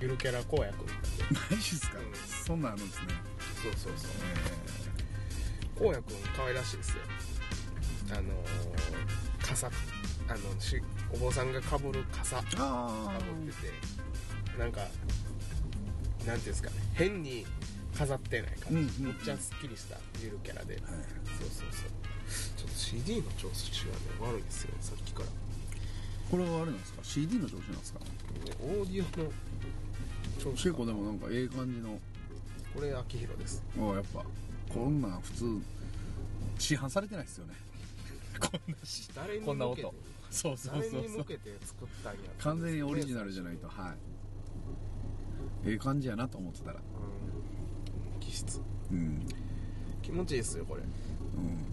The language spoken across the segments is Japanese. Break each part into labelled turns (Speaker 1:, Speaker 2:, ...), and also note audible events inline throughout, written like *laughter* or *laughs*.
Speaker 1: ゆるキャラ公約
Speaker 2: マジっすか、そんなんあるんですね、
Speaker 1: そうそうそう
Speaker 2: え
Speaker 1: こうやくん可愛らしいですよあのー傘あのしお坊さんがかぶる傘か
Speaker 2: ー、あ
Speaker 1: ぶっててなんかなんていうんですかね変に飾ってない感じ、
Speaker 2: うんうんうん
Speaker 1: めっちゃすっきりしたゆるキャラで、
Speaker 2: あ、はい、
Speaker 1: そうそうそうちょっと CD の調子がね悪いんですよさっきから
Speaker 2: これはあれなんですか CD の調子なんですか
Speaker 1: オーディオの調子
Speaker 2: 結構でもなんかええ感じの
Speaker 1: これ秋広です
Speaker 2: あやっぱこんなん普通市販されてないですよね *laughs* こんなし
Speaker 1: 誰に
Speaker 2: こんな
Speaker 1: 向けて
Speaker 2: 音そうそう
Speaker 1: 誰
Speaker 2: そう
Speaker 1: に
Speaker 2: そ
Speaker 1: 向
Speaker 2: う
Speaker 1: けて作ったんや
Speaker 2: 完全にオリジナル
Speaker 1: じ
Speaker 2: じゃないとはいええ感じやなと思ってたら
Speaker 1: ゃん、うん、気質
Speaker 2: うん
Speaker 1: 気持ちいいですよこれ
Speaker 2: うん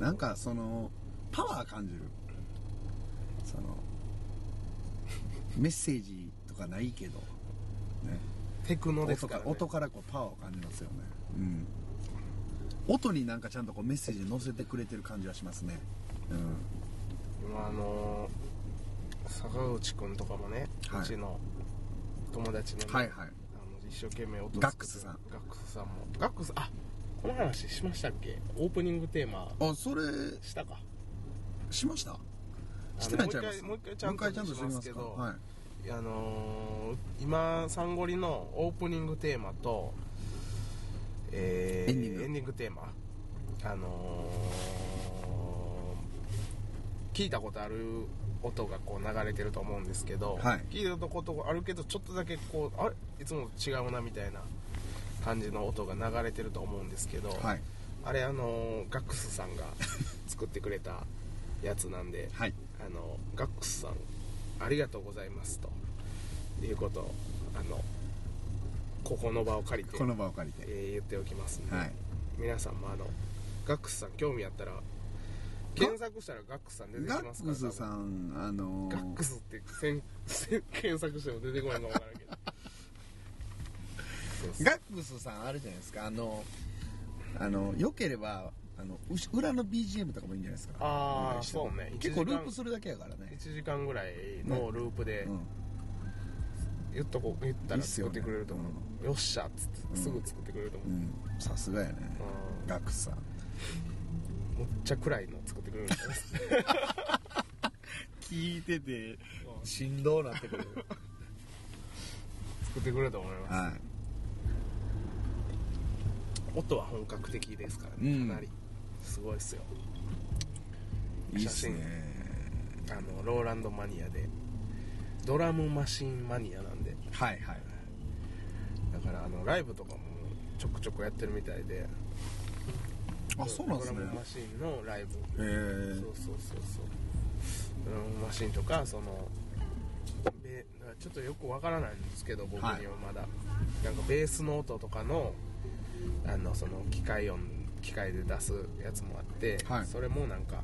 Speaker 2: なんかそのパワー感じるそのメッセージとかないけどね
Speaker 1: テクノで
Speaker 2: 音
Speaker 1: すか、
Speaker 2: から
Speaker 1: ね、
Speaker 2: 音からこうパワーを感じますよねうん音になんかちゃんとこうメッセージ載せてくれてる感じはしますねうん
Speaker 1: まああのー坂口くんとかもね、
Speaker 2: はいう
Speaker 1: ちの友達のね、
Speaker 2: はいは
Speaker 1: あ
Speaker 2: い
Speaker 1: の一生懸命音作って
Speaker 2: ガックスさん
Speaker 1: ガックスさんもガックスあこの話しましたっけオープニングテーマ
Speaker 2: あそれ
Speaker 1: したか
Speaker 2: しましたしてないんちゃいます
Speaker 1: もう一回もう一回ちゃんと
Speaker 2: もう一回ちゃんとしてみます
Speaker 1: し
Speaker 2: か
Speaker 1: ますけど
Speaker 2: はい
Speaker 1: あのー今サンゴリのオープニングテーマと、えー
Speaker 2: エンディング
Speaker 1: テーマあのー聞いたことある音がこう流れてると思うんですけど、
Speaker 2: はい
Speaker 1: 聞いたことがあるけどちょっとだけこうあれいつもと違うなみたいな感じの音が流れてると思うんですけど、
Speaker 2: はい
Speaker 1: あれあのーガックスさんが作ってくれたやつなんで、
Speaker 2: はい
Speaker 1: あのガックスさんありがとうございますということをあのここの場を借りて、
Speaker 2: この場を借りて
Speaker 1: えー言っておきますんで、
Speaker 2: はい
Speaker 1: 皆さんもあのガックスさん興味あったら検索したらガックスさん出てき
Speaker 2: ガ
Speaker 1: ます
Speaker 2: ッ
Speaker 1: から
Speaker 2: クス
Speaker 1: ん
Speaker 2: さんあの
Speaker 1: ガックスってせん検索しても出てこないの分からんけどそうそう
Speaker 2: ガックスさんあるじゃないですかあのあの良ければあのうし裏の BGM とかもいいんじゃないですか
Speaker 1: ああ
Speaker 2: お
Speaker 1: そう
Speaker 2: 願い
Speaker 1: ね
Speaker 2: して結構
Speaker 1: 一時
Speaker 2: ル
Speaker 1: 間
Speaker 2: ープするだけやからね
Speaker 1: 1時間ぐらいのループで
Speaker 2: うん
Speaker 1: 言っとこう言った
Speaker 2: いい
Speaker 1: ら
Speaker 2: っすよ
Speaker 1: 作
Speaker 2: ね
Speaker 1: ってくれると思うよ,、っしゃっつってすぐ作ってくれると思う、
Speaker 2: うんさすがやね
Speaker 1: うん
Speaker 2: ガックスさん
Speaker 1: むっちゃ暗いの作ってくれるんですよ
Speaker 2: 聞いててしんどうなってくる
Speaker 1: 作ってくれると思います
Speaker 2: は
Speaker 1: 音は本格的ですからね、
Speaker 2: うん
Speaker 1: かなりすごいですよ
Speaker 2: いいいっすね
Speaker 1: あのローランドマニアでドラムマシンマニアなんで
Speaker 2: はいはい
Speaker 1: だからあのライブとかもちょくちょくやってるみたいで
Speaker 2: あそうなんです
Speaker 1: ドラム
Speaker 2: ね
Speaker 1: マシンのライブ
Speaker 2: へ
Speaker 1: そ
Speaker 2: ー
Speaker 1: うそうそうそうドラムマシンとかそのベちょっとよくわからないんですけど僕にはまだ、なんかベースの音とかのあのその機械音機械で出すやつもあって、
Speaker 2: はい
Speaker 1: それもなんか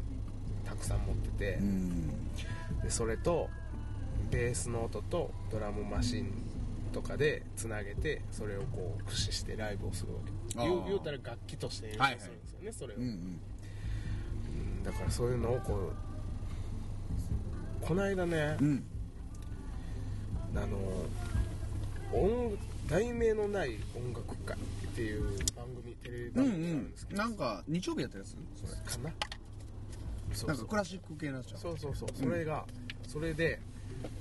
Speaker 1: たくさん持ってて、
Speaker 2: うん
Speaker 1: でそれとベースの音とドラムマシンとかでつなげてそれをこう駆使してライブをするわけ
Speaker 2: あー
Speaker 1: 言う言うたら楽器として演奏するんですよね、それを、
Speaker 2: うんうん
Speaker 1: うんだからそういうのをこうこの間ね
Speaker 2: う、ん
Speaker 1: あの音題名のない音楽会っていう番組テレビ
Speaker 2: う
Speaker 1: 番
Speaker 2: ん
Speaker 1: 組があるんです
Speaker 2: う
Speaker 1: け
Speaker 2: ん
Speaker 1: ど、
Speaker 2: なんか日曜日やったやつそれ
Speaker 1: かなそ
Speaker 2: な
Speaker 1: うんそ
Speaker 2: か
Speaker 1: う
Speaker 2: クラシック系のやつちゃう
Speaker 1: そうそうそうそれが、それで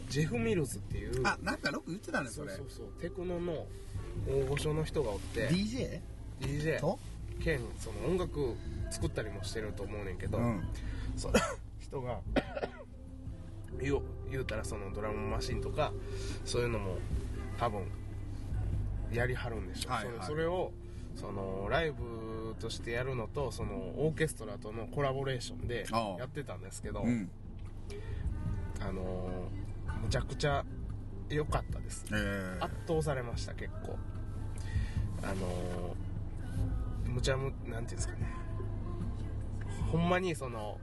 Speaker 1: ジェフ・ミルズっていう
Speaker 2: あなんかよく言ってたね
Speaker 1: そ
Speaker 2: そうれ
Speaker 1: そうそうテクノの大御所の人がおって
Speaker 2: DJ?
Speaker 1: DJ
Speaker 2: と
Speaker 1: 兼その音楽作ったりもしてると思うねんけど、
Speaker 2: うん
Speaker 1: その人が言う言うたらそのドラムマシンとかそういうのも多分やりはるんでしょ、
Speaker 2: はいはい
Speaker 1: それそれをそのライブとしてやるのとそのオーケストラとのコラボレーションで
Speaker 2: ああ
Speaker 1: やってたんですけど
Speaker 2: うん
Speaker 1: あのーむちゃくちゃ良かったです
Speaker 2: えー
Speaker 1: 圧倒されました結構あのー、むちゃむなんていうんですかねほんまにその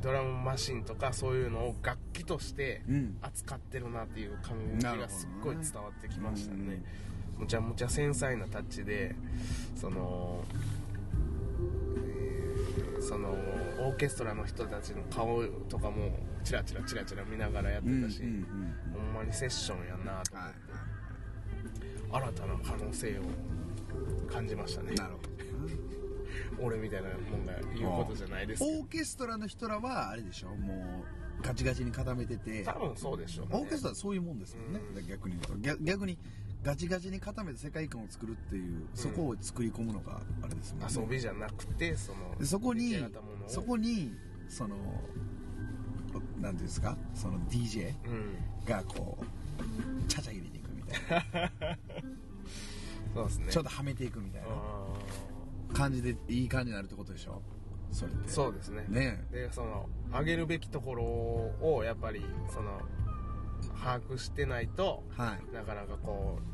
Speaker 1: ドラムマシンとかそういうのを楽器として
Speaker 2: うん
Speaker 1: 扱ってるなっていう感じ
Speaker 2: なるほ
Speaker 1: が
Speaker 2: どね
Speaker 1: すっごい伝わってきましたねむちゃむちゃ繊細なタッチでその、えーそのオーケストラの人たちの顔とかもチラチラチラチラ見ながらやってたし、
Speaker 2: うんうんうん
Speaker 1: ほんまにセッションやなと思って、
Speaker 2: はい
Speaker 1: 新たな可能性を感じましたね
Speaker 2: なるほどな
Speaker 1: 俺みたいなもんが言うことじゃないですけど
Speaker 2: オーケストラの人らはあれでしょもうガチガチに固めてて
Speaker 1: 多分そうでしょうね
Speaker 2: オーケストラはそういうもんですもんね、
Speaker 1: うん
Speaker 2: 逆に言うと逆逆にガチガチに固めて世界観を作るっていうそこを作り込むのがあれですもんね、
Speaker 1: 遊びじゃなくてそ
Speaker 2: で
Speaker 1: の
Speaker 2: そこに
Speaker 1: 出来上がったものを
Speaker 2: そこにその何ていうんですかその DJ
Speaker 1: うん
Speaker 2: がこうちゃちゃ入れていくみたいな、
Speaker 1: そうですね *laughs*
Speaker 2: ちょっとはめていくみたいな
Speaker 1: あ
Speaker 2: 感じでいい感じになるってことでしょそれっ
Speaker 1: ー
Speaker 2: て
Speaker 1: そうですね
Speaker 2: ね
Speaker 1: でその上げるべきところをやっぱりその把握してないと
Speaker 2: はい、
Speaker 1: なかなかこう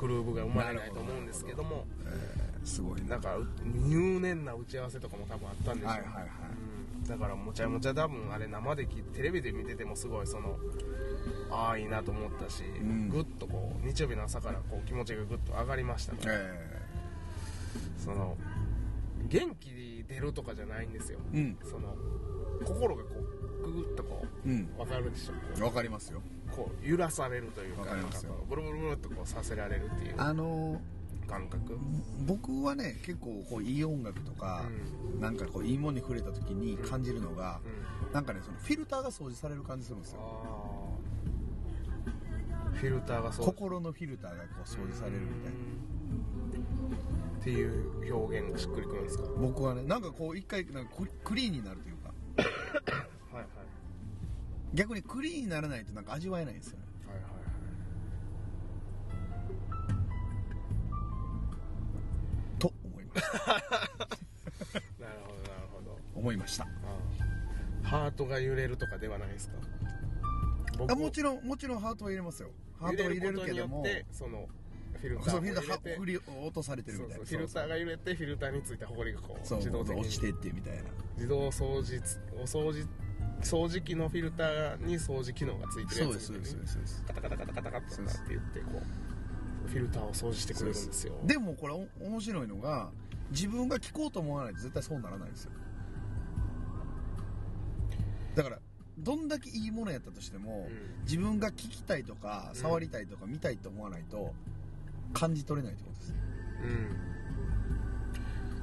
Speaker 1: グルーヴが生まれないと思うんですけども
Speaker 2: えーすごい
Speaker 1: な
Speaker 2: なん
Speaker 1: か入念な打ち合わせとかも多分あったんでしょう、
Speaker 2: はいはいはい
Speaker 1: うんだからもちゃもちゃ多分あれ生で聞いテレビで見ててもすごいそのああいいなと思ったし、
Speaker 2: ん
Speaker 1: ぐっとこう日曜日の朝からこう気持ちがぐっと上がりましたから、
Speaker 2: え
Speaker 1: その元気出るとかじゃないんですよ
Speaker 2: ーうん
Speaker 1: その心がこうグーッとこ
Speaker 2: うん
Speaker 1: う分かるでしょこ
Speaker 2: わかりますよ
Speaker 1: うこう揺らされるというか
Speaker 2: わかりますよ
Speaker 1: なんこうブルブルブルっとこうさせられるっていう
Speaker 2: あのー
Speaker 1: 感覚
Speaker 2: 僕はね結構こういい音楽とか、なんかこういいものに触れた時に感じるのが、
Speaker 1: うん
Speaker 2: なんかねそのフィルターが掃除される感じするんですよ
Speaker 1: あーフィルターがそう
Speaker 2: 心のフィルターがこう掃除されるみたいな
Speaker 1: っていう表現がしっくりくるんですかは
Speaker 2: 僕はねなんかこう一回なんかククリーンになるというか
Speaker 1: いはい
Speaker 2: 逆にクリーンにならないとなんか味わえないんですよね
Speaker 1: はいはい
Speaker 2: と思いました
Speaker 1: *laughs* なるほどなるほど
Speaker 2: 思いました
Speaker 1: あーハートが揺れるとかではないですか
Speaker 2: あもちろんもちろんハートは入れますよハートは入れるけども
Speaker 1: 揺れることによってそのフィルタ
Speaker 2: そ
Speaker 1: ーを
Speaker 2: うフ
Speaker 1: 入
Speaker 2: ィル
Speaker 1: れ
Speaker 2: タ
Speaker 1: て
Speaker 2: ーは振り落とされてる
Speaker 1: そ
Speaker 2: み
Speaker 1: う
Speaker 2: たい
Speaker 1: そう
Speaker 2: な
Speaker 1: フィルターが揺れてフィルターについたホコリがこう
Speaker 2: そう
Speaker 1: 自動的に
Speaker 2: 落ちてってみたいな
Speaker 1: 自動掃除つお掃除掃除機のフィルターに掃除機能がついてるやつみたいな
Speaker 2: すそうです
Speaker 1: カタカタカタカタカタって言ってこうフィルターを掃除してくれるんですよ
Speaker 2: でもこれお面白いのが自分が聞こうと思わないと絶対そうならないんですよだからどんだけいいものやったとしても、
Speaker 1: うん
Speaker 2: 自分が聞きたいとか
Speaker 1: うん
Speaker 2: 触りたいとか見たいと思わないと感じ取れないってことです
Speaker 1: うん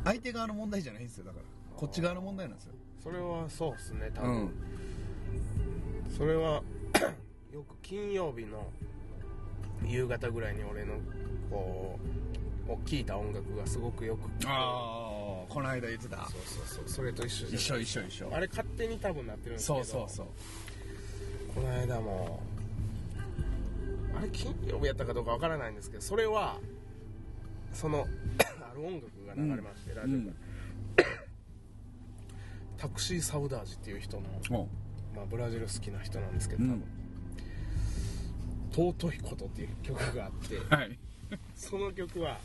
Speaker 2: 相手側の問題じゃないんですよだからこっち側の問題なんですよ
Speaker 1: それはそうっすね多
Speaker 2: う
Speaker 1: 分、
Speaker 2: ん
Speaker 1: それは *coughs* よく金曜日の夕方ぐらいに俺のこうを聴いた音楽がすごくよく聞こ
Speaker 2: ああこの間言って
Speaker 1: え
Speaker 2: た
Speaker 1: るそうそうそうそれと一緒じゃない
Speaker 2: 一緒一緒一緒
Speaker 1: あれ勝手に多分なってるんですけ
Speaker 2: そ
Speaker 1: ど
Speaker 2: うそうそう
Speaker 1: この間もあれ金曜日やったかどうかわからないんですけどそれはその *coughs* ある音楽が流れまして、ラジオから、
Speaker 2: うん
Speaker 1: タクシー・サウダージっていう人の、
Speaker 2: も
Speaker 1: まあ、ブラジル好きな人なんですけど
Speaker 2: う
Speaker 1: 多
Speaker 2: ん
Speaker 1: 分「尊いこと」っていう曲があって
Speaker 2: うはい
Speaker 1: その曲は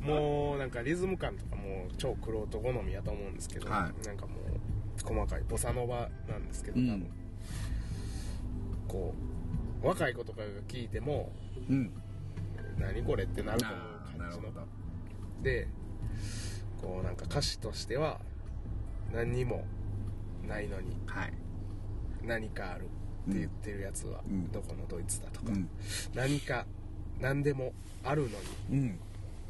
Speaker 1: もうなんかリズム感とかもう超クロート好みやと思うんですけど、
Speaker 2: は
Speaker 1: なんかもう細かいボサノバなんですけど、
Speaker 2: うん
Speaker 1: 多分こう若い子とかが聞いても
Speaker 2: うん
Speaker 1: 「何これ?」ってなると思
Speaker 2: あー
Speaker 1: う
Speaker 2: な
Speaker 1: 感
Speaker 2: る
Speaker 1: じ
Speaker 2: ほ
Speaker 1: の
Speaker 2: ど
Speaker 1: でこうなんか歌詞としては何にもないのに
Speaker 2: はい
Speaker 1: 何かあるって言ってるやつは
Speaker 2: うん
Speaker 1: どこのドイツだとか、
Speaker 2: うん
Speaker 1: 何か何でもあるのに
Speaker 2: うん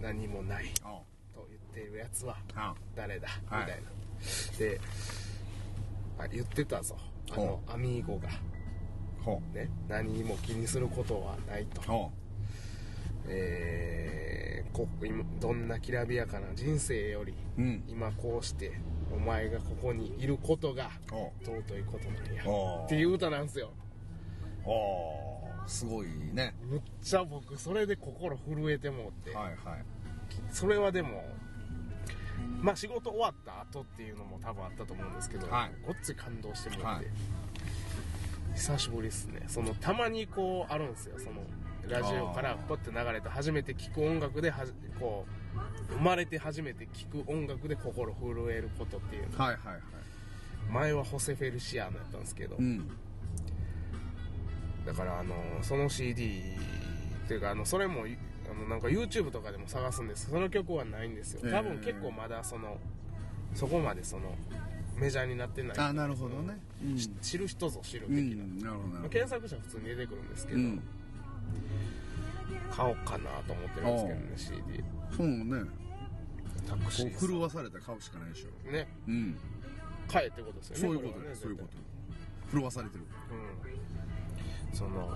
Speaker 1: 何もない
Speaker 2: あ
Speaker 1: と言っているやつは
Speaker 2: あ
Speaker 1: 誰だみた
Speaker 2: はい
Speaker 1: いな、であ言ってたぞあの
Speaker 2: ほ
Speaker 1: アミーゴが
Speaker 2: ほ
Speaker 1: ね何も気にすることはないと
Speaker 2: うほ
Speaker 1: えーこ今どんなきらびやかな人生より
Speaker 2: ううん
Speaker 1: 今こうしてお前がここにいることが
Speaker 2: ほ
Speaker 1: 尊いことなんや
Speaker 2: うほう
Speaker 1: っていう歌なんですよ
Speaker 2: おーすごいね
Speaker 1: むっちゃ僕それで心震えてもうって、
Speaker 2: はいはい
Speaker 1: それはでもまあ仕事終わった後っていうのも多分あったと思うんですけど、
Speaker 2: はい
Speaker 1: ごっつい感動してもらっ
Speaker 2: は
Speaker 1: て、
Speaker 2: い
Speaker 1: 久しぶりですねそのたまにこうあるんですよそのラジオからポッて流れて初めて聴く音楽ではじこう生まれて初めて聴く音楽で心震えることっていう
Speaker 2: はいはいはい
Speaker 1: 前はホセ・フェルシアーノやったんですけど、
Speaker 2: うん
Speaker 1: だからあのその CD っていうかあのそれもいあのなんか YouTube とかでも探すんですその曲はないんですよ
Speaker 2: えー
Speaker 1: 多分結構まだそのそこまでそのメジャーになってない
Speaker 2: あなるほどねうん
Speaker 1: し知る人ぞ知る
Speaker 2: う
Speaker 1: 的な、
Speaker 2: んなるほどな
Speaker 1: まあ
Speaker 2: る
Speaker 1: 検索者普通に出てくるんですけ
Speaker 2: ほどう
Speaker 1: ど、
Speaker 2: ん
Speaker 1: 買おうかなと思ってるんですけどね CD
Speaker 2: そうね
Speaker 1: タクシ
Speaker 2: こ
Speaker 1: ー
Speaker 2: う
Speaker 1: さん
Speaker 2: 狂わされた顔しかないでしょ
Speaker 1: ね
Speaker 2: うん
Speaker 1: 買えってことですよね
Speaker 2: そういうこと
Speaker 1: れは
Speaker 2: で
Speaker 1: ね
Speaker 2: すそういうこと狂わされてる
Speaker 1: うんその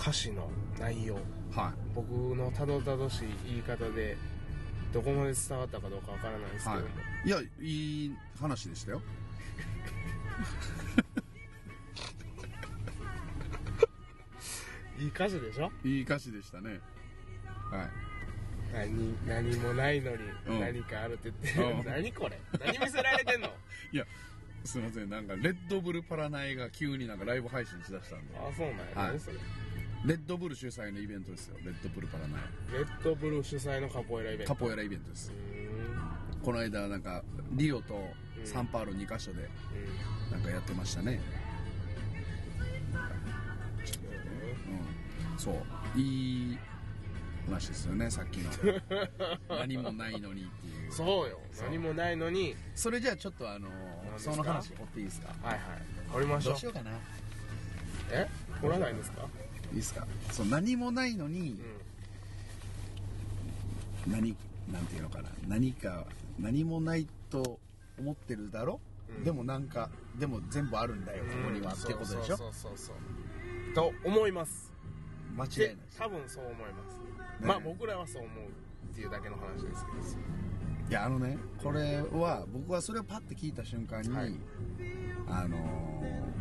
Speaker 1: 歌詞の内容
Speaker 2: は
Speaker 1: 僕のたどたどしい言い方でどこまで伝わったかどうかわからないです
Speaker 2: い
Speaker 1: けど
Speaker 2: は
Speaker 1: も、
Speaker 2: いいやいい話でしたよ
Speaker 1: い、い歌詞でしょ
Speaker 2: いい歌詞でしたねはい
Speaker 1: 何何もないのに
Speaker 2: うん
Speaker 1: 何かあるって言って、
Speaker 2: う
Speaker 1: *laughs*
Speaker 2: ん
Speaker 1: 何これ何見せられてん
Speaker 2: *laughs*
Speaker 1: のあ
Speaker 2: いやすいませんなんかレッドブルパラナイが急になんかライブ配信しだしたんで
Speaker 1: そうなんや、ね
Speaker 2: はい
Speaker 1: それ
Speaker 2: レッドブル主催のイベントですよレッドブルパラナイ
Speaker 1: レッドブルー主催のカポエライベント
Speaker 2: カポエライベントです
Speaker 1: うーん
Speaker 2: この間なんかリオとサンパウロ2カ所で
Speaker 1: うん
Speaker 2: なんかやってましたねうんそういい話ですよねさっ
Speaker 1: *laughs*
Speaker 2: きの何もないのにっていうそ
Speaker 1: そうよ
Speaker 2: そう
Speaker 1: 何もないのに
Speaker 2: れじゃあちょっとあの
Speaker 1: 何ですか
Speaker 2: その話掘っていいですか
Speaker 1: はいはい掘りましょ
Speaker 2: ど
Speaker 1: う
Speaker 2: うしようかな
Speaker 1: え掘らないんですか
Speaker 2: いいですかそう何もないのに
Speaker 1: う
Speaker 2: 何なんていうのかな何か何もないと思ってるだろ、
Speaker 1: うん
Speaker 2: でもなんかでも全部あるんだよこ
Speaker 1: ん
Speaker 2: こには、
Speaker 1: うん
Speaker 2: ってことでしょ
Speaker 1: そうそうそうそうと思います
Speaker 2: 間違いない
Speaker 1: で
Speaker 2: です
Speaker 1: 多分そう思います、まあ
Speaker 2: ね
Speaker 1: 僕らはそう思うっていうだけの話ですけ
Speaker 2: いやあのねこれは僕はそれをパッて聞いた瞬間に、
Speaker 1: はい
Speaker 2: あのー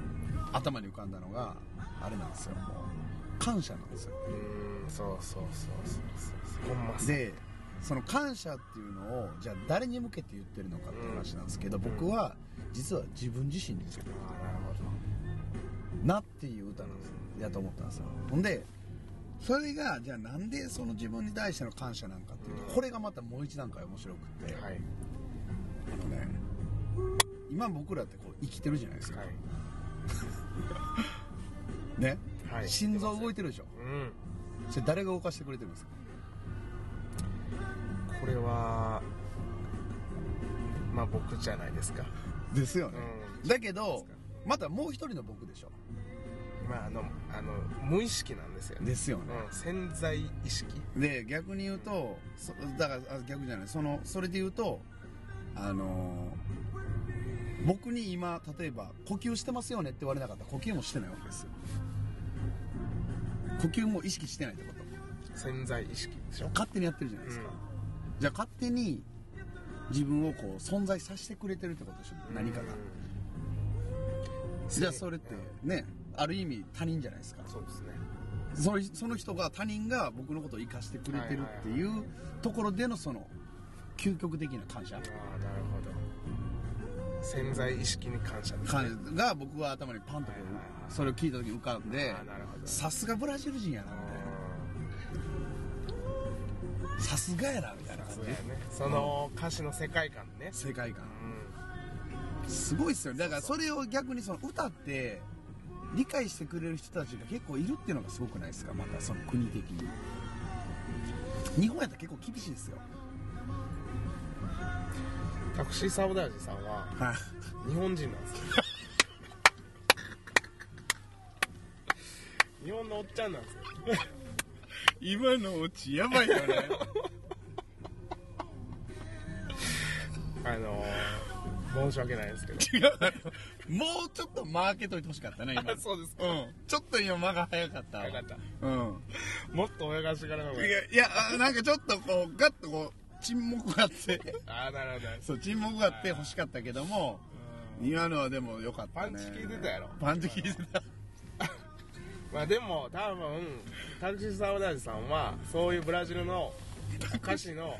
Speaker 2: 頭に浮かんだのがあれなんですよもう感謝なんですよ
Speaker 1: どうーんそうそうそうそうそうそうほんまそう
Speaker 2: でその感謝っていうのをじゃあ誰に向けて言ってるのかっていう話なんですけど、僕は実は自分自身にですよ
Speaker 1: あーなるほど
Speaker 2: なっていう歌なんですよやと思ったんですよほんでそれがじゃあなんでその自分に対しての感謝なんかっていうとこれがまたもう一段階面白くって、
Speaker 1: はい
Speaker 2: あのね今僕らってこう生きてるじゃないですか、ね、
Speaker 1: はいはい
Speaker 2: 心臓動いてるでしょ
Speaker 1: うん
Speaker 2: それ誰が動かしてくれてるんですか
Speaker 1: これはまあ僕じゃないですか
Speaker 2: ですよね、
Speaker 1: うん
Speaker 2: だけどまたもう一人の僕でしょ
Speaker 1: まああのあの無意識なんですよね
Speaker 2: ですよね
Speaker 1: うん、潜在意識
Speaker 2: で逆に言うとそだからあ逆じゃないそのそれで言うとあのー僕に今例えば呼吸してますよねって言われなかったら呼吸もしてないわけですよ呼吸も意識してないってこと
Speaker 1: 潜在意識でしょ
Speaker 2: 勝手にやってるじゃないですか、じゃあ勝手に自分をこう存在させてくれてるってことでしょ何かがじゃあそれってねある意味他人じゃないですか
Speaker 1: そうですね
Speaker 2: そのその人が他人が僕のことを生かしてくれてるっていうところでのその究極的な感謝
Speaker 1: ああなるほど潜在意識に感謝ですね
Speaker 2: 感謝が僕は頭にパンとこ
Speaker 1: はいはいはいう
Speaker 2: それを聞いた時に浮かんで
Speaker 1: あーなるほど
Speaker 2: さすがブラジル人やな
Speaker 1: あ
Speaker 2: みたい
Speaker 1: ー
Speaker 2: なさすがやなみたいな
Speaker 1: そ
Speaker 2: 感
Speaker 1: うやねその歌詞の世界観ね
Speaker 2: じ世界観
Speaker 1: うん
Speaker 2: すごいっすよねだからそれを逆にその歌って理解してくれる人たちが結構いるっていうのがすごくないですかまたその国的に日本やったら結構厳しいですよ
Speaker 1: タクシーサウダージさんは
Speaker 2: はい
Speaker 1: 日本人なんですよ日本のおっちゃんなんですよ
Speaker 2: *laughs* 今のオチやばいよね
Speaker 1: あのー、申し訳ないですけど
Speaker 2: 違う *laughs* もうちょっと間開けといてほしかったね今
Speaker 1: あそうです
Speaker 2: うんちょっと今間が早かった
Speaker 1: 早かった
Speaker 2: うん
Speaker 1: もっと泳がしてからの方
Speaker 2: い
Speaker 1: が
Speaker 2: やいやあなんかちょっとこうガッとこう沈黙があ
Speaker 1: *laughs*
Speaker 2: って
Speaker 1: ああなるほど
Speaker 2: そう沈黙があって欲しかったけども今のはでも良かったね
Speaker 1: パンチ効いてたやろ
Speaker 2: パンチ効いてた
Speaker 1: まあでも多分タクシーサウダージさんはそういうブラジルの歌詞の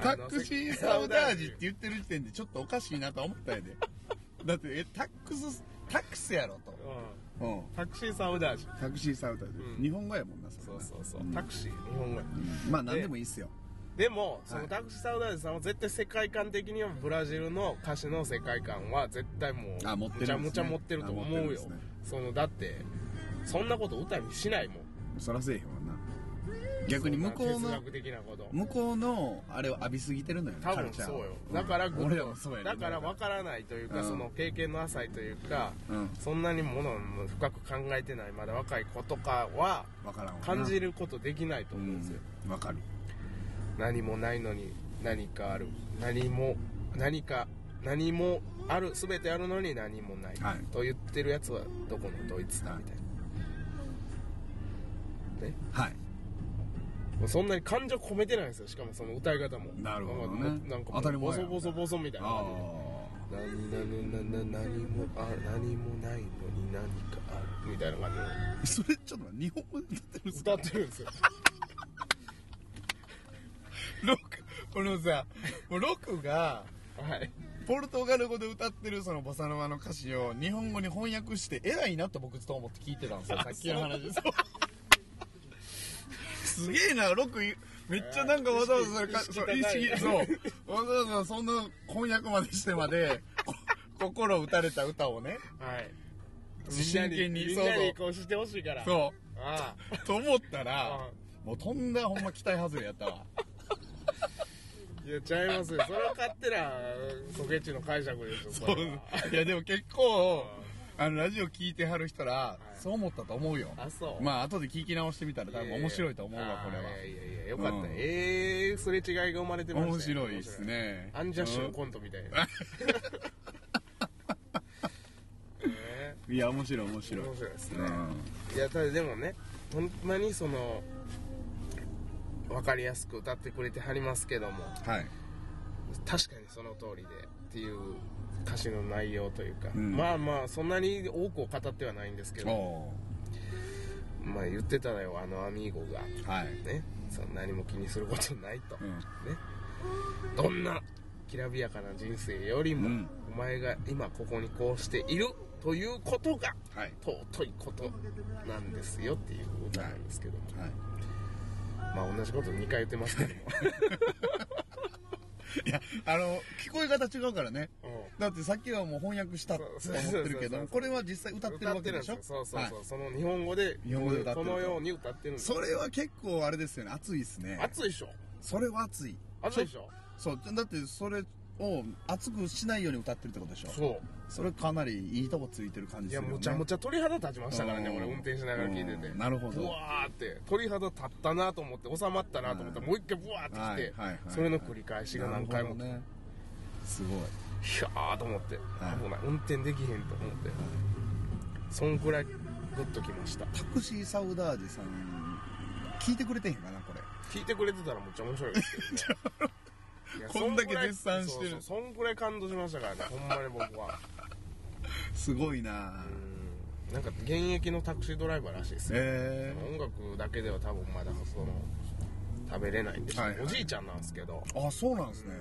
Speaker 2: タ
Speaker 1: あの
Speaker 2: クシー
Speaker 1: セ
Speaker 2: サウダージって言ってる時点でちょっとおかしいなと思ったんやで
Speaker 1: *laughs*
Speaker 2: だってえタックスタックスやろと
Speaker 1: う、
Speaker 2: うん、
Speaker 1: ん、タクシーサウダージ
Speaker 2: タクシーサウダージ、
Speaker 1: うん
Speaker 2: 日本語やもんなそれ
Speaker 1: そう
Speaker 2: な
Speaker 1: そうそう、
Speaker 2: ん
Speaker 1: タクシー日本語や
Speaker 2: うんまあ何でもいいっすよ
Speaker 1: でもそ
Speaker 2: はい
Speaker 1: のタクシーサウダージさんは絶対世界観的にはブラジルの歌詞の世界観は絶対も
Speaker 2: あ
Speaker 1: う
Speaker 2: 持ってる
Speaker 1: む
Speaker 2: んです
Speaker 1: ち
Speaker 2: ね
Speaker 1: ゃむちゃ持ってると思
Speaker 2: あ持って
Speaker 1: う
Speaker 2: るんで
Speaker 1: よ
Speaker 2: すね
Speaker 1: そのだってそんなこと歌にしないもん
Speaker 2: そらせえへんわな逆に向こう
Speaker 1: 哲
Speaker 2: の
Speaker 1: 学的なこと
Speaker 2: 向こうのあれを浴びすぎてるのよね
Speaker 1: 多
Speaker 2: カ
Speaker 1: 分
Speaker 2: ルチャ
Speaker 1: そう
Speaker 2: ーを
Speaker 1: よだから
Speaker 2: うん
Speaker 1: グッと
Speaker 2: 俺らもそうやね
Speaker 1: だから分からないというか、
Speaker 2: うん
Speaker 1: その経験の浅いというか、
Speaker 2: うん
Speaker 1: そんなにものを深く考えてないまだ若い子とかは
Speaker 2: 分からんわな
Speaker 1: 感じることできないと
Speaker 2: う
Speaker 1: 思うんですよ
Speaker 2: ん、分かる
Speaker 1: 何もないのに何かある何も何か何もある全てあるのに何もない、
Speaker 2: はい
Speaker 1: と言ってるやつはどこのドイツだみたいな、ね、
Speaker 2: はい
Speaker 1: もうそんなに感情込めてないんですよしかもその歌い方も
Speaker 2: なるほどね
Speaker 1: なんかなんか
Speaker 2: 当たり前
Speaker 1: ボ
Speaker 2: や
Speaker 1: ソボソボソみたいな
Speaker 2: あ
Speaker 1: 感じで何何何何何もあ何もないのに何かあるみたいな感
Speaker 2: あそれちょっと待って日本語で歌って
Speaker 1: じ
Speaker 2: るんで
Speaker 1: です歌
Speaker 2: か
Speaker 1: ってるんです
Speaker 2: *laughs*
Speaker 1: よ
Speaker 2: ロックこのさもうロックが
Speaker 1: はい
Speaker 2: ポルトガル語で歌ってるそのボサノワの歌詞を日本語に翻訳して偉いなと僕ずっと思って聞いてたんですよさっきの話そうすげえなロックめっちゃなんかわざわざそれか
Speaker 1: 意識
Speaker 2: そう
Speaker 1: 高い
Speaker 2: 意識そうわざわざそんな翻訳までしてまでこ *laughs* 心打たれた歌をね
Speaker 1: はい
Speaker 2: 真剣に
Speaker 1: みん
Speaker 2: そう
Speaker 1: な
Speaker 2: そ
Speaker 1: に
Speaker 2: う
Speaker 1: こうしてほしいからう
Speaker 2: そ
Speaker 1: ああ
Speaker 2: うと思ったら
Speaker 1: あ
Speaker 2: もうとんだほんま期待外れやったわ
Speaker 1: いやちゃいますよそれは勝手なソケッチの解釈でしょ
Speaker 2: そう
Speaker 1: れはい
Speaker 2: やでも結構あのラジオ聞いてはる人ら
Speaker 1: い
Speaker 2: そう思ったと思うよ
Speaker 1: あそう
Speaker 2: まあ後で聞き直してみたら多分面白いと思うわこれは
Speaker 1: ああいやいやいやよかった、
Speaker 2: うん
Speaker 1: ええすれ違いが生まれてましたよ
Speaker 2: 面白いですね
Speaker 1: アンジャッシュのコントみたいな、ね *laughs* え
Speaker 2: うんいや面白い面白い
Speaker 1: 面白いですね、
Speaker 2: うん
Speaker 1: いやただでもねほんまにその分かりやすく歌ってくれてはりますけども
Speaker 2: はい
Speaker 1: 確かにその通りでっていう歌詞の内容というか、
Speaker 2: うん
Speaker 1: まあまあそんなに多くを語ってはないんですけ
Speaker 2: お
Speaker 1: ど
Speaker 2: お
Speaker 1: まあ言ってたのよあのアミーゴが
Speaker 2: ーはい
Speaker 1: ねその何も気にすることないと、
Speaker 2: うん
Speaker 1: ねどんなきらびやかな人生よりも、
Speaker 2: うん
Speaker 1: お前が今ここにこうしているということが
Speaker 2: はい
Speaker 1: 尊いことなんですよっていう歌なんですけども、
Speaker 2: は
Speaker 1: まあ同じこと2回言ってますけども
Speaker 2: いいやあの聞こえ方違うからね
Speaker 1: う
Speaker 2: だってさっきはもう翻訳したって思ってるけ
Speaker 1: そうそうそうそ
Speaker 2: ど
Speaker 1: う
Speaker 2: これは実際歌
Speaker 1: ん
Speaker 2: ってるわけでしょ
Speaker 1: 歌ってるんです *laughs* よそうそうそう、
Speaker 2: はい
Speaker 1: その日本語で
Speaker 2: 日本語で歌って
Speaker 1: こ
Speaker 2: ると
Speaker 1: のように歌ってるんです
Speaker 2: それは結構あれですよね熱いですね
Speaker 1: 熱いでしょ
Speaker 2: それは熱い
Speaker 1: 熱いでしょ
Speaker 2: そうだってそれを熱くしないように歌ってるってことでしょ
Speaker 1: そ
Speaker 2: それかなりいいとこついてる感
Speaker 1: う
Speaker 2: じ
Speaker 1: い
Speaker 2: す
Speaker 1: や
Speaker 2: るよ、ね、
Speaker 1: むちゃむちゃ鳥肌立ちましたからね
Speaker 2: うん
Speaker 1: 俺運転しながら聞いてて
Speaker 2: うんなるほど
Speaker 1: ブワーって鳥肌立ったなと思って収まったなと思って
Speaker 2: うん
Speaker 1: もう一回ブワーって
Speaker 2: はい
Speaker 1: 来て
Speaker 2: はいはい
Speaker 1: それの繰り返しが何回も
Speaker 2: なるほどねすごい
Speaker 1: ひゃーと思って危ない運転できへんと思ってそんくらいグッときました
Speaker 2: タクシーサウダージさん聞いてくれてへんかなこれ
Speaker 1: 聞いてくれてたらむっちゃ面白いですけど
Speaker 2: *laughs*
Speaker 1: ねいや
Speaker 2: こんだけ絶賛してる
Speaker 1: そうそうそんくらい感動しましたからねほんまに僕は
Speaker 2: すごいな
Speaker 1: うんなんか現役のタクシードライバーらしいですよ
Speaker 2: え
Speaker 1: 音楽だけでは多分まだその食べれないんでしょう、
Speaker 2: はいはい
Speaker 1: おじいちゃんなんですけど、
Speaker 2: えあそうなんですね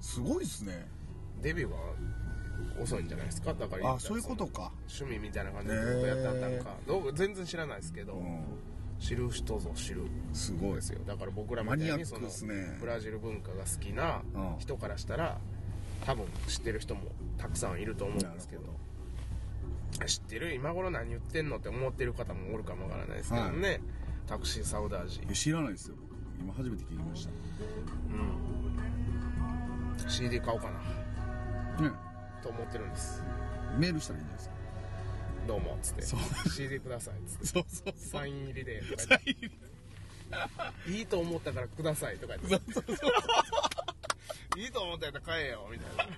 Speaker 2: すごいですね
Speaker 1: デビューは遅いんじゃないですかだから言ったら
Speaker 2: あそういうこと
Speaker 1: そ
Speaker 2: か
Speaker 1: の趣味みたいな感じでずっとやってはったんか、どう全然知らないですけど、
Speaker 2: うん
Speaker 1: 知る人ぞ知る
Speaker 2: すごい
Speaker 1: ですよだから僕らみたい
Speaker 2: マニ
Speaker 1: に
Speaker 2: アッ
Speaker 1: そ
Speaker 2: ク
Speaker 1: の
Speaker 2: ですね
Speaker 1: ブラジル文化が好きな
Speaker 2: うん
Speaker 1: 人からしたら多分知ってる人もたくさんいると思うんですけど
Speaker 2: な
Speaker 1: 知ってる今頃何言ってんのって思ってる方もおるかもわからないですけどね、タクシーサウダージ
Speaker 2: いや知らないですよ僕今初めて聞きまし
Speaker 1: うん CD 買おうかな
Speaker 2: たね
Speaker 1: と思ってるんです
Speaker 2: メールしたらいいんじゃないですか
Speaker 1: どうもっつって
Speaker 2: そう
Speaker 1: 「CD ください」っつって
Speaker 2: そうそ
Speaker 1: 「
Speaker 2: う
Speaker 1: サイン入りで」とか言って「いいと思ったからください」とか言って「いいと思ったやったら買えよ」みたい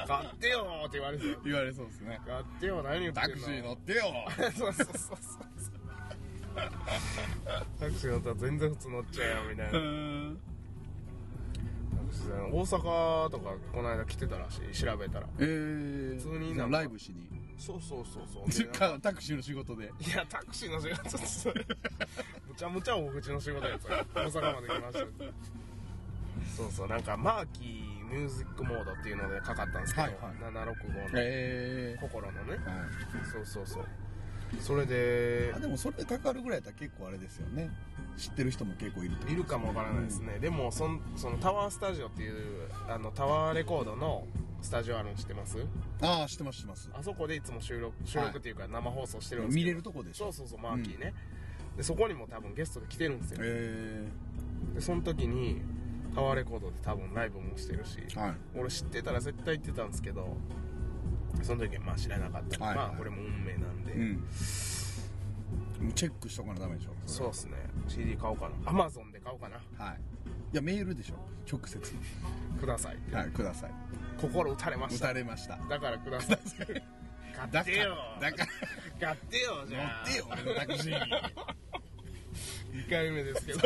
Speaker 1: な「買ってよ」って言われて「
Speaker 2: 言われそうですね
Speaker 1: 買ってよ何言ってんの
Speaker 2: タ」クシー乗ってよ
Speaker 1: そうそうそうそうタクシー乗ったら全然普通乗っちゃうよみたいうな
Speaker 2: ーん
Speaker 1: 大阪とかこの間来てたらしい調べたら
Speaker 2: えー、
Speaker 1: 普通になんか
Speaker 2: ライブしに
Speaker 1: そうそうそうそうでなんか
Speaker 2: か *laughs* タクシーの仕事で
Speaker 1: いやタクシーの仕事ですむちゃむちゃ大口の仕事やつ大阪まで来ましたそうそうなんかマーキーミュージックモードっていうのでかかったんですけど、
Speaker 2: はいはい
Speaker 1: 765の
Speaker 2: え
Speaker 1: 心のね
Speaker 2: えはい
Speaker 1: そうそうそうそれで
Speaker 2: あでもそれでかかるぐらいだったら結構あれですよね知ってる人も結構いると
Speaker 1: いるかもわからないですね、でもそんそのタワースタジオっていうあのタワーレコードのスタジオあるの知ってます
Speaker 2: ああ知ってます知ってます
Speaker 1: あそこでいつも収録収録っていうか生放送してるんですけど、
Speaker 2: 見れるとこでしょ
Speaker 1: そうそうそうマーキーね、でそこにも多分ゲストで来てるんですよ
Speaker 2: え
Speaker 1: でその時にタワーレコードで多分ライブもしてるし、
Speaker 2: ー、はい
Speaker 1: 俺知ってたら絶対行ってたんですけどその時はまあ知らなかった、
Speaker 2: はい
Speaker 1: まあこれも運命なんで、
Speaker 2: うんチェックしとかなダメでしょ
Speaker 1: そうっすね CD 買おうかな Amazon で買おうかな
Speaker 2: はいいやメールでしょ直接
Speaker 1: くださいって
Speaker 2: はいください
Speaker 1: 心打たれま
Speaker 2: 打
Speaker 1: した
Speaker 2: たれました
Speaker 1: だからください買ってよ
Speaker 2: だから
Speaker 1: 買ってよじ
Speaker 2: 乗
Speaker 1: ゃあ
Speaker 2: ってよ俺のタクシーに *laughs*
Speaker 1: 2回目ですけど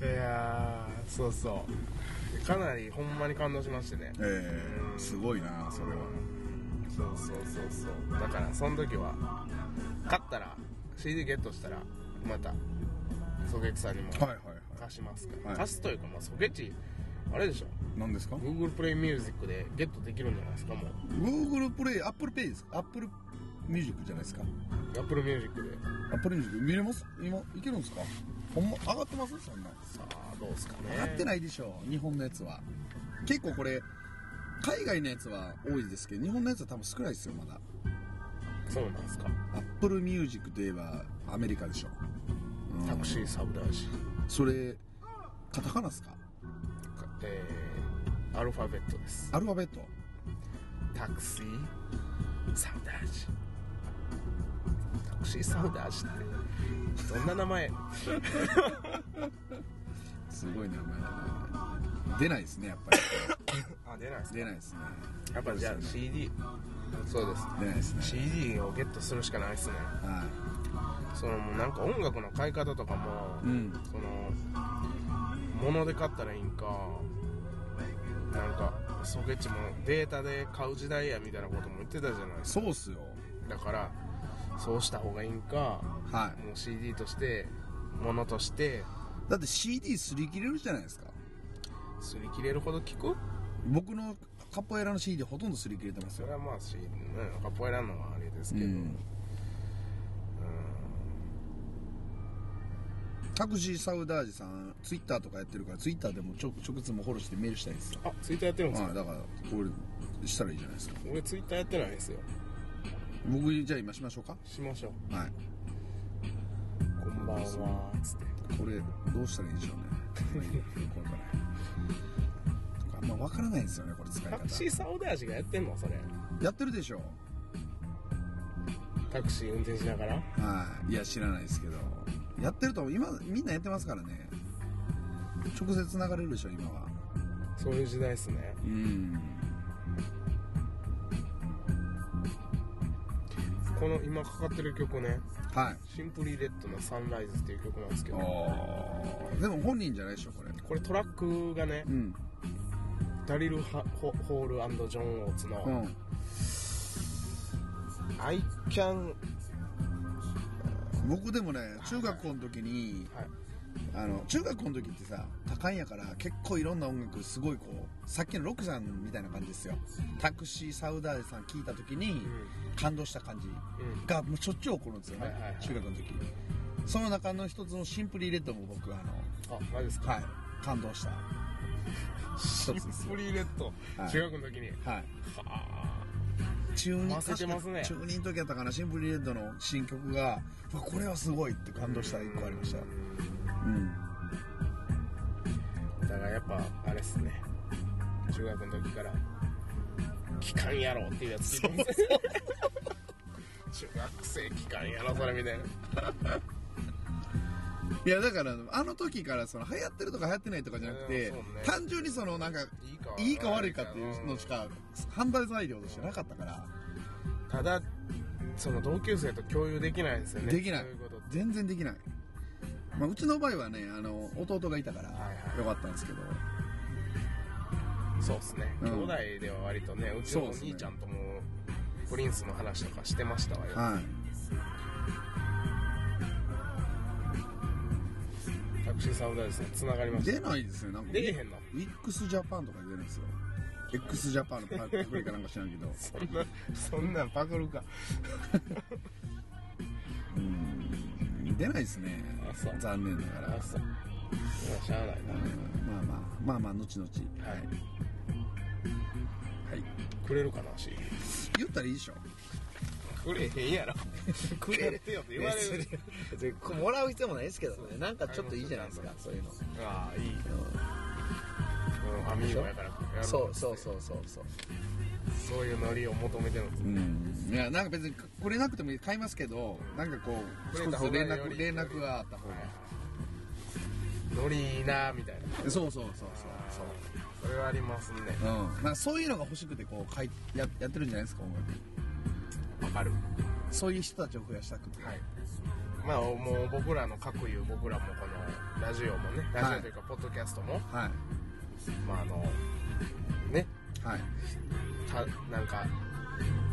Speaker 1: いやーそうそうかなりほんまに感動しましてね
Speaker 2: えー、すごいなそれは
Speaker 1: そうそうそうそうだからその時は買ったら CD ゲットしたらまたソゲチさんにも
Speaker 2: はいはいは
Speaker 1: 貸しますから、
Speaker 2: はい
Speaker 1: 貸すというか、まあ、ソゲチあれでしょ
Speaker 2: い何ですか
Speaker 1: Google プレイミュージックでゲットできるんじゃないですかもう
Speaker 2: Google プレイ Apple Pay ですか Apple Music じゃないですか
Speaker 1: Apple ミュージックで
Speaker 2: Apple Music 見れます今いけるんですかほんま上がってますそんな
Speaker 1: さあどうですかね
Speaker 2: 上がって
Speaker 1: い
Speaker 2: ないでしょ日本のやつは結構これ海外のやつは多いですけど日本のやつは多分少ないですよまだ
Speaker 1: そうなんですか
Speaker 2: Apple Music といえばアメリカでしょ、うん
Speaker 1: タクシーサブだし、
Speaker 2: それカタカナですか
Speaker 1: えー、アルファベットです
Speaker 2: アルファベット
Speaker 1: タクシーサウダージタクシーサウダージってどんな名前
Speaker 2: すごい名前だな出ないですねやっぱり
Speaker 1: あ出ないです
Speaker 2: 出ないですね
Speaker 1: やっぱじゃあ CD そうです
Speaker 2: 出ないですね
Speaker 1: CD をゲットするしかないですね
Speaker 2: は
Speaker 1: そのもうなんか音楽の買い方とかも、
Speaker 2: いうん
Speaker 1: その物で買ったらいいんかなんかソゲッチもデータで買う時代やみたいなことも言ってたじゃないです
Speaker 2: そうっすよ
Speaker 1: かだからそうした方がいいんか
Speaker 2: は
Speaker 1: もう CD として物として
Speaker 2: いだって CD すり切れるじゃないですか
Speaker 1: 擦り切れるほど聞く
Speaker 2: 僕のカポエラの CD ほとんどすり切れてます
Speaker 1: そ
Speaker 2: よ
Speaker 1: れはまあ CD ねカポエラのはあれですけど、
Speaker 2: う
Speaker 1: うんん
Speaker 2: タクシーサウダージさんツイッターとかやってるからツイッターでもちょ直接もうフォローしてメールしたいですよ
Speaker 1: あツイッターやってるんですか
Speaker 2: はいだからこれしたらいいじゃないですか
Speaker 1: 俺ツイッターやってないですよ
Speaker 2: 僕じゃあ今しましょうか
Speaker 1: しましょう
Speaker 2: はい
Speaker 1: こんばんはつって
Speaker 2: これどうしたらいいん
Speaker 1: *laughs*
Speaker 2: でしょうねこれからあんま分からないんですよねこれ使い
Speaker 1: タクシー
Speaker 2: 方
Speaker 1: サウダージがやってんのそれ
Speaker 2: やってるでしょ
Speaker 1: タクシー運転しながら
Speaker 2: はいいや知らないですけどやってると今みんなやってますからね直接流れるでしょ今は
Speaker 1: そういう時代ですね
Speaker 2: うん
Speaker 1: この今かかってる曲ね
Speaker 2: はい
Speaker 1: シンプリレッドの「サンライズ」っていう曲なんですけ
Speaker 2: あ
Speaker 1: ど
Speaker 2: ーでも本人じゃないでしょこれ
Speaker 1: これトラックがね
Speaker 2: うん
Speaker 1: ダリル・ハホホールジョン・オーツ
Speaker 2: う
Speaker 1: の
Speaker 2: ん
Speaker 1: 「I can
Speaker 2: 僕でもね中学校の時に、
Speaker 1: はい
Speaker 2: あの中学校の時ってさ多感やから結構いろんな音楽すごいこうさっきのロックさんみたいな感じですよタクシーサウダージさん聞いた時に感動した感じ
Speaker 1: うん
Speaker 2: がもうしょっちゅう起こるんですよね、
Speaker 1: はいはいはい
Speaker 2: 中学の時その中の一つのシンプリレッドも僕あの
Speaker 1: あマジですか
Speaker 2: はい感動した
Speaker 1: シ
Speaker 2: 一つです
Speaker 1: ンプリレッド
Speaker 2: はい
Speaker 1: 中学の時に
Speaker 2: はい
Speaker 1: は
Speaker 2: 中二
Speaker 1: 忘れてますね
Speaker 2: 確か中二の時やったかなシンプリレッドの新曲がうわこれはすごいって感動した一個ありましたうん
Speaker 1: あだからやっぱあれっすね中学の時から「機関野郎」っていうやつ聞いてます中学生機関野郎それみたいない
Speaker 2: やだからあの時からその流行ってるとか流行ってないとかじゃなくて、
Speaker 1: うんそうね
Speaker 2: 単純にそのなんか
Speaker 1: いいか
Speaker 2: いいか悪いかっていうのしか判断材料としてなかったから
Speaker 1: ただその同級生と共有できないですよね
Speaker 2: できない
Speaker 1: そういうことって
Speaker 2: 全然できない、まあ、うちの場合はねあの弟がいたから
Speaker 1: はいはい
Speaker 2: よかったんですけど
Speaker 1: そうですね、
Speaker 2: うん
Speaker 1: 兄弟では割とねうちのお兄ちゃんともプリンスの話とかしてましたわよ、
Speaker 2: はい
Speaker 1: タクシーサウダーですねつながりました
Speaker 2: 出ないですよなんか
Speaker 1: 出えへんの
Speaker 2: ウィックスジャパンとか出ないですよ x ジャパンのパクリかなんか知らんけど
Speaker 1: そんなそんなんパクるか
Speaker 2: うん出ないですね
Speaker 1: あそう
Speaker 2: 残念ながら
Speaker 1: あそういやしゃあないな
Speaker 2: うんまあまあまあまあ後々
Speaker 1: はい
Speaker 2: はい
Speaker 1: くれるかな CD
Speaker 2: 言ったらいいでしょ
Speaker 1: くくれへんやろくれてよって言われる
Speaker 3: 別にこうもらう必要もないですけどねなんかちょっといいじゃないですかそういうの
Speaker 1: ああいいうんアミーゴやからやろう
Speaker 3: そうそうそうそうそう
Speaker 1: そういうノリを求めてるんです
Speaker 2: うんいやなんか別にくれなくても買いますけどなんかこう
Speaker 1: く
Speaker 2: ち
Speaker 1: れ
Speaker 2: ょったと
Speaker 1: 方がよ
Speaker 2: 連
Speaker 1: り
Speaker 2: 絡連絡があった方
Speaker 1: は
Speaker 2: が
Speaker 1: いノリいいなみたいな
Speaker 2: そうそうそうそう
Speaker 1: そうそれはありますね
Speaker 2: そううんなんかそういうのが欲しくてこう買いややってるんじゃないですか音楽
Speaker 1: わかる
Speaker 2: そういう人たちを増やしたくて
Speaker 1: はいまあもう僕らの各言う僕らもこのラジオもねラジオというかポッドキャストも、
Speaker 2: はい
Speaker 1: まああのね
Speaker 2: はい
Speaker 1: たなんか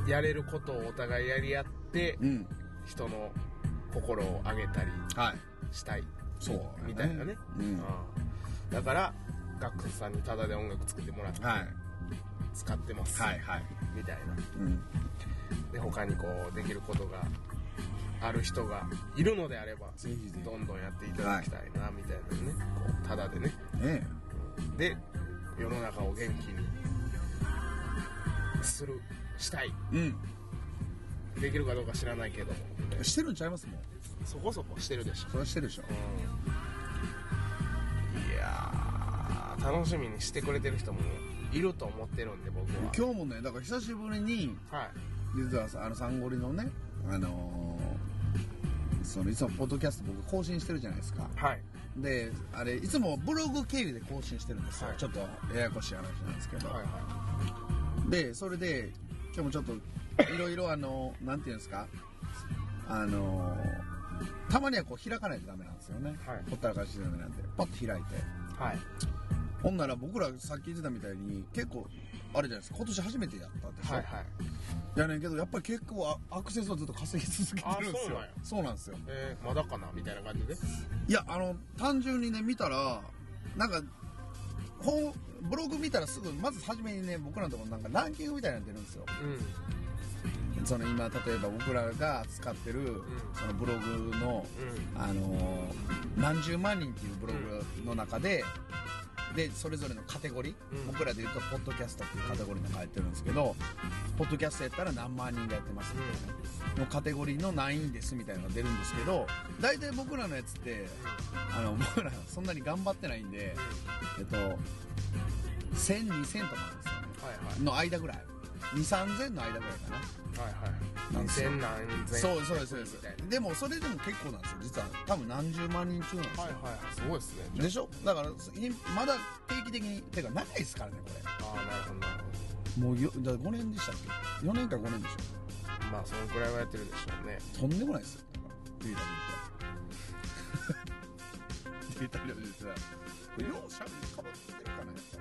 Speaker 1: やれることをお互いやり合って
Speaker 2: うん
Speaker 1: 人の心を上げたり
Speaker 2: はい
Speaker 1: したい
Speaker 2: そう
Speaker 1: みたいなね、
Speaker 2: う
Speaker 1: うん
Speaker 2: ん
Speaker 1: だからガックスさんにタダで音楽作ってもらって
Speaker 2: はい
Speaker 1: 使ってます、
Speaker 2: はいはい
Speaker 1: みたいな
Speaker 2: うん
Speaker 1: で他にこうできることがある人がいるのであれば
Speaker 2: ぜひぜ
Speaker 1: どんどんやっていただきたいなみたいなねこうただでね
Speaker 2: ひね
Speaker 1: で世の中を元気にするしたい
Speaker 2: うん
Speaker 1: できるかどうか知らないけども
Speaker 2: してるんちゃいますもん
Speaker 1: そこそこしてるでしょ
Speaker 2: それはしてるでしょ
Speaker 1: うんいやー楽しみにしてくれてる人もいると思ってるんで僕は
Speaker 2: 今日もねだから久しぶりに
Speaker 1: はい
Speaker 2: 実はさあのサンゴリのねあのーそのいつもポッドキャスト僕更新してるじゃないですか
Speaker 1: はい
Speaker 2: であれいつもブログ経由で更新してるんですよ、
Speaker 1: はい
Speaker 2: ちょっとややこしい話なんですけど、
Speaker 1: はいは
Speaker 2: でそれで今日もちょっといろいろあのなんていうんですかあのたまにはこう開かないとダメなんですよね、
Speaker 1: はい
Speaker 2: ほったらかしてダメなんでパッと開いて
Speaker 1: いはい
Speaker 2: ほんなら僕らさっき言ってたみたいに結構あれじゃないですか今年初めてやったんでしょ、
Speaker 1: はいはい
Speaker 2: やねんけどやっぱり結構あアクセスをずっと稼ぎ続けてるんですよ
Speaker 1: あ
Speaker 2: そうなんですよ
Speaker 1: えー、まだかなみたいな感じで
Speaker 2: いやあの単純にね見たらなんか本ブログ見たらすぐまず初めにね僕らのところなんかランキングみたいなの出るんですよ
Speaker 1: うん
Speaker 2: その今例えば僕らが使ってる、そのブログの、
Speaker 1: う
Speaker 2: あのー何十万人っていうブログの中で、でそれぞれのカテゴリー、
Speaker 1: うん
Speaker 2: 僕らで言うとポッドキャストっていうカテゴリーの中入ってるんですけどポッドキャストやったら何万人がやってますみたいな、のカテゴリーの何位ですみたいなのが出るんですけど大体僕らのやつってあの *laughs* 僕らそんなに頑張ってないんで、えっと10002000とかなんですよね
Speaker 1: はいはい
Speaker 2: の間ぐらい23000の間ぐらいかな
Speaker 1: はいはい
Speaker 2: なんですよ
Speaker 1: 2000何千
Speaker 2: そうそうですそうです
Speaker 1: みたいな
Speaker 2: でもそれでも結構なんですよ実は多分何十万人中なんですよ、
Speaker 1: はいはいすごいっすね
Speaker 2: でしょだからいまだ定期的にてか長いですからねこ
Speaker 1: ああなるほどなるほ
Speaker 2: れもうよだ5年でしたっけ4年か5年でし
Speaker 1: どまあそのくらいはやってるでしょうね
Speaker 2: ょとんでもないですよだからデータ量データ量実はこれようしゃべりかぶってるかね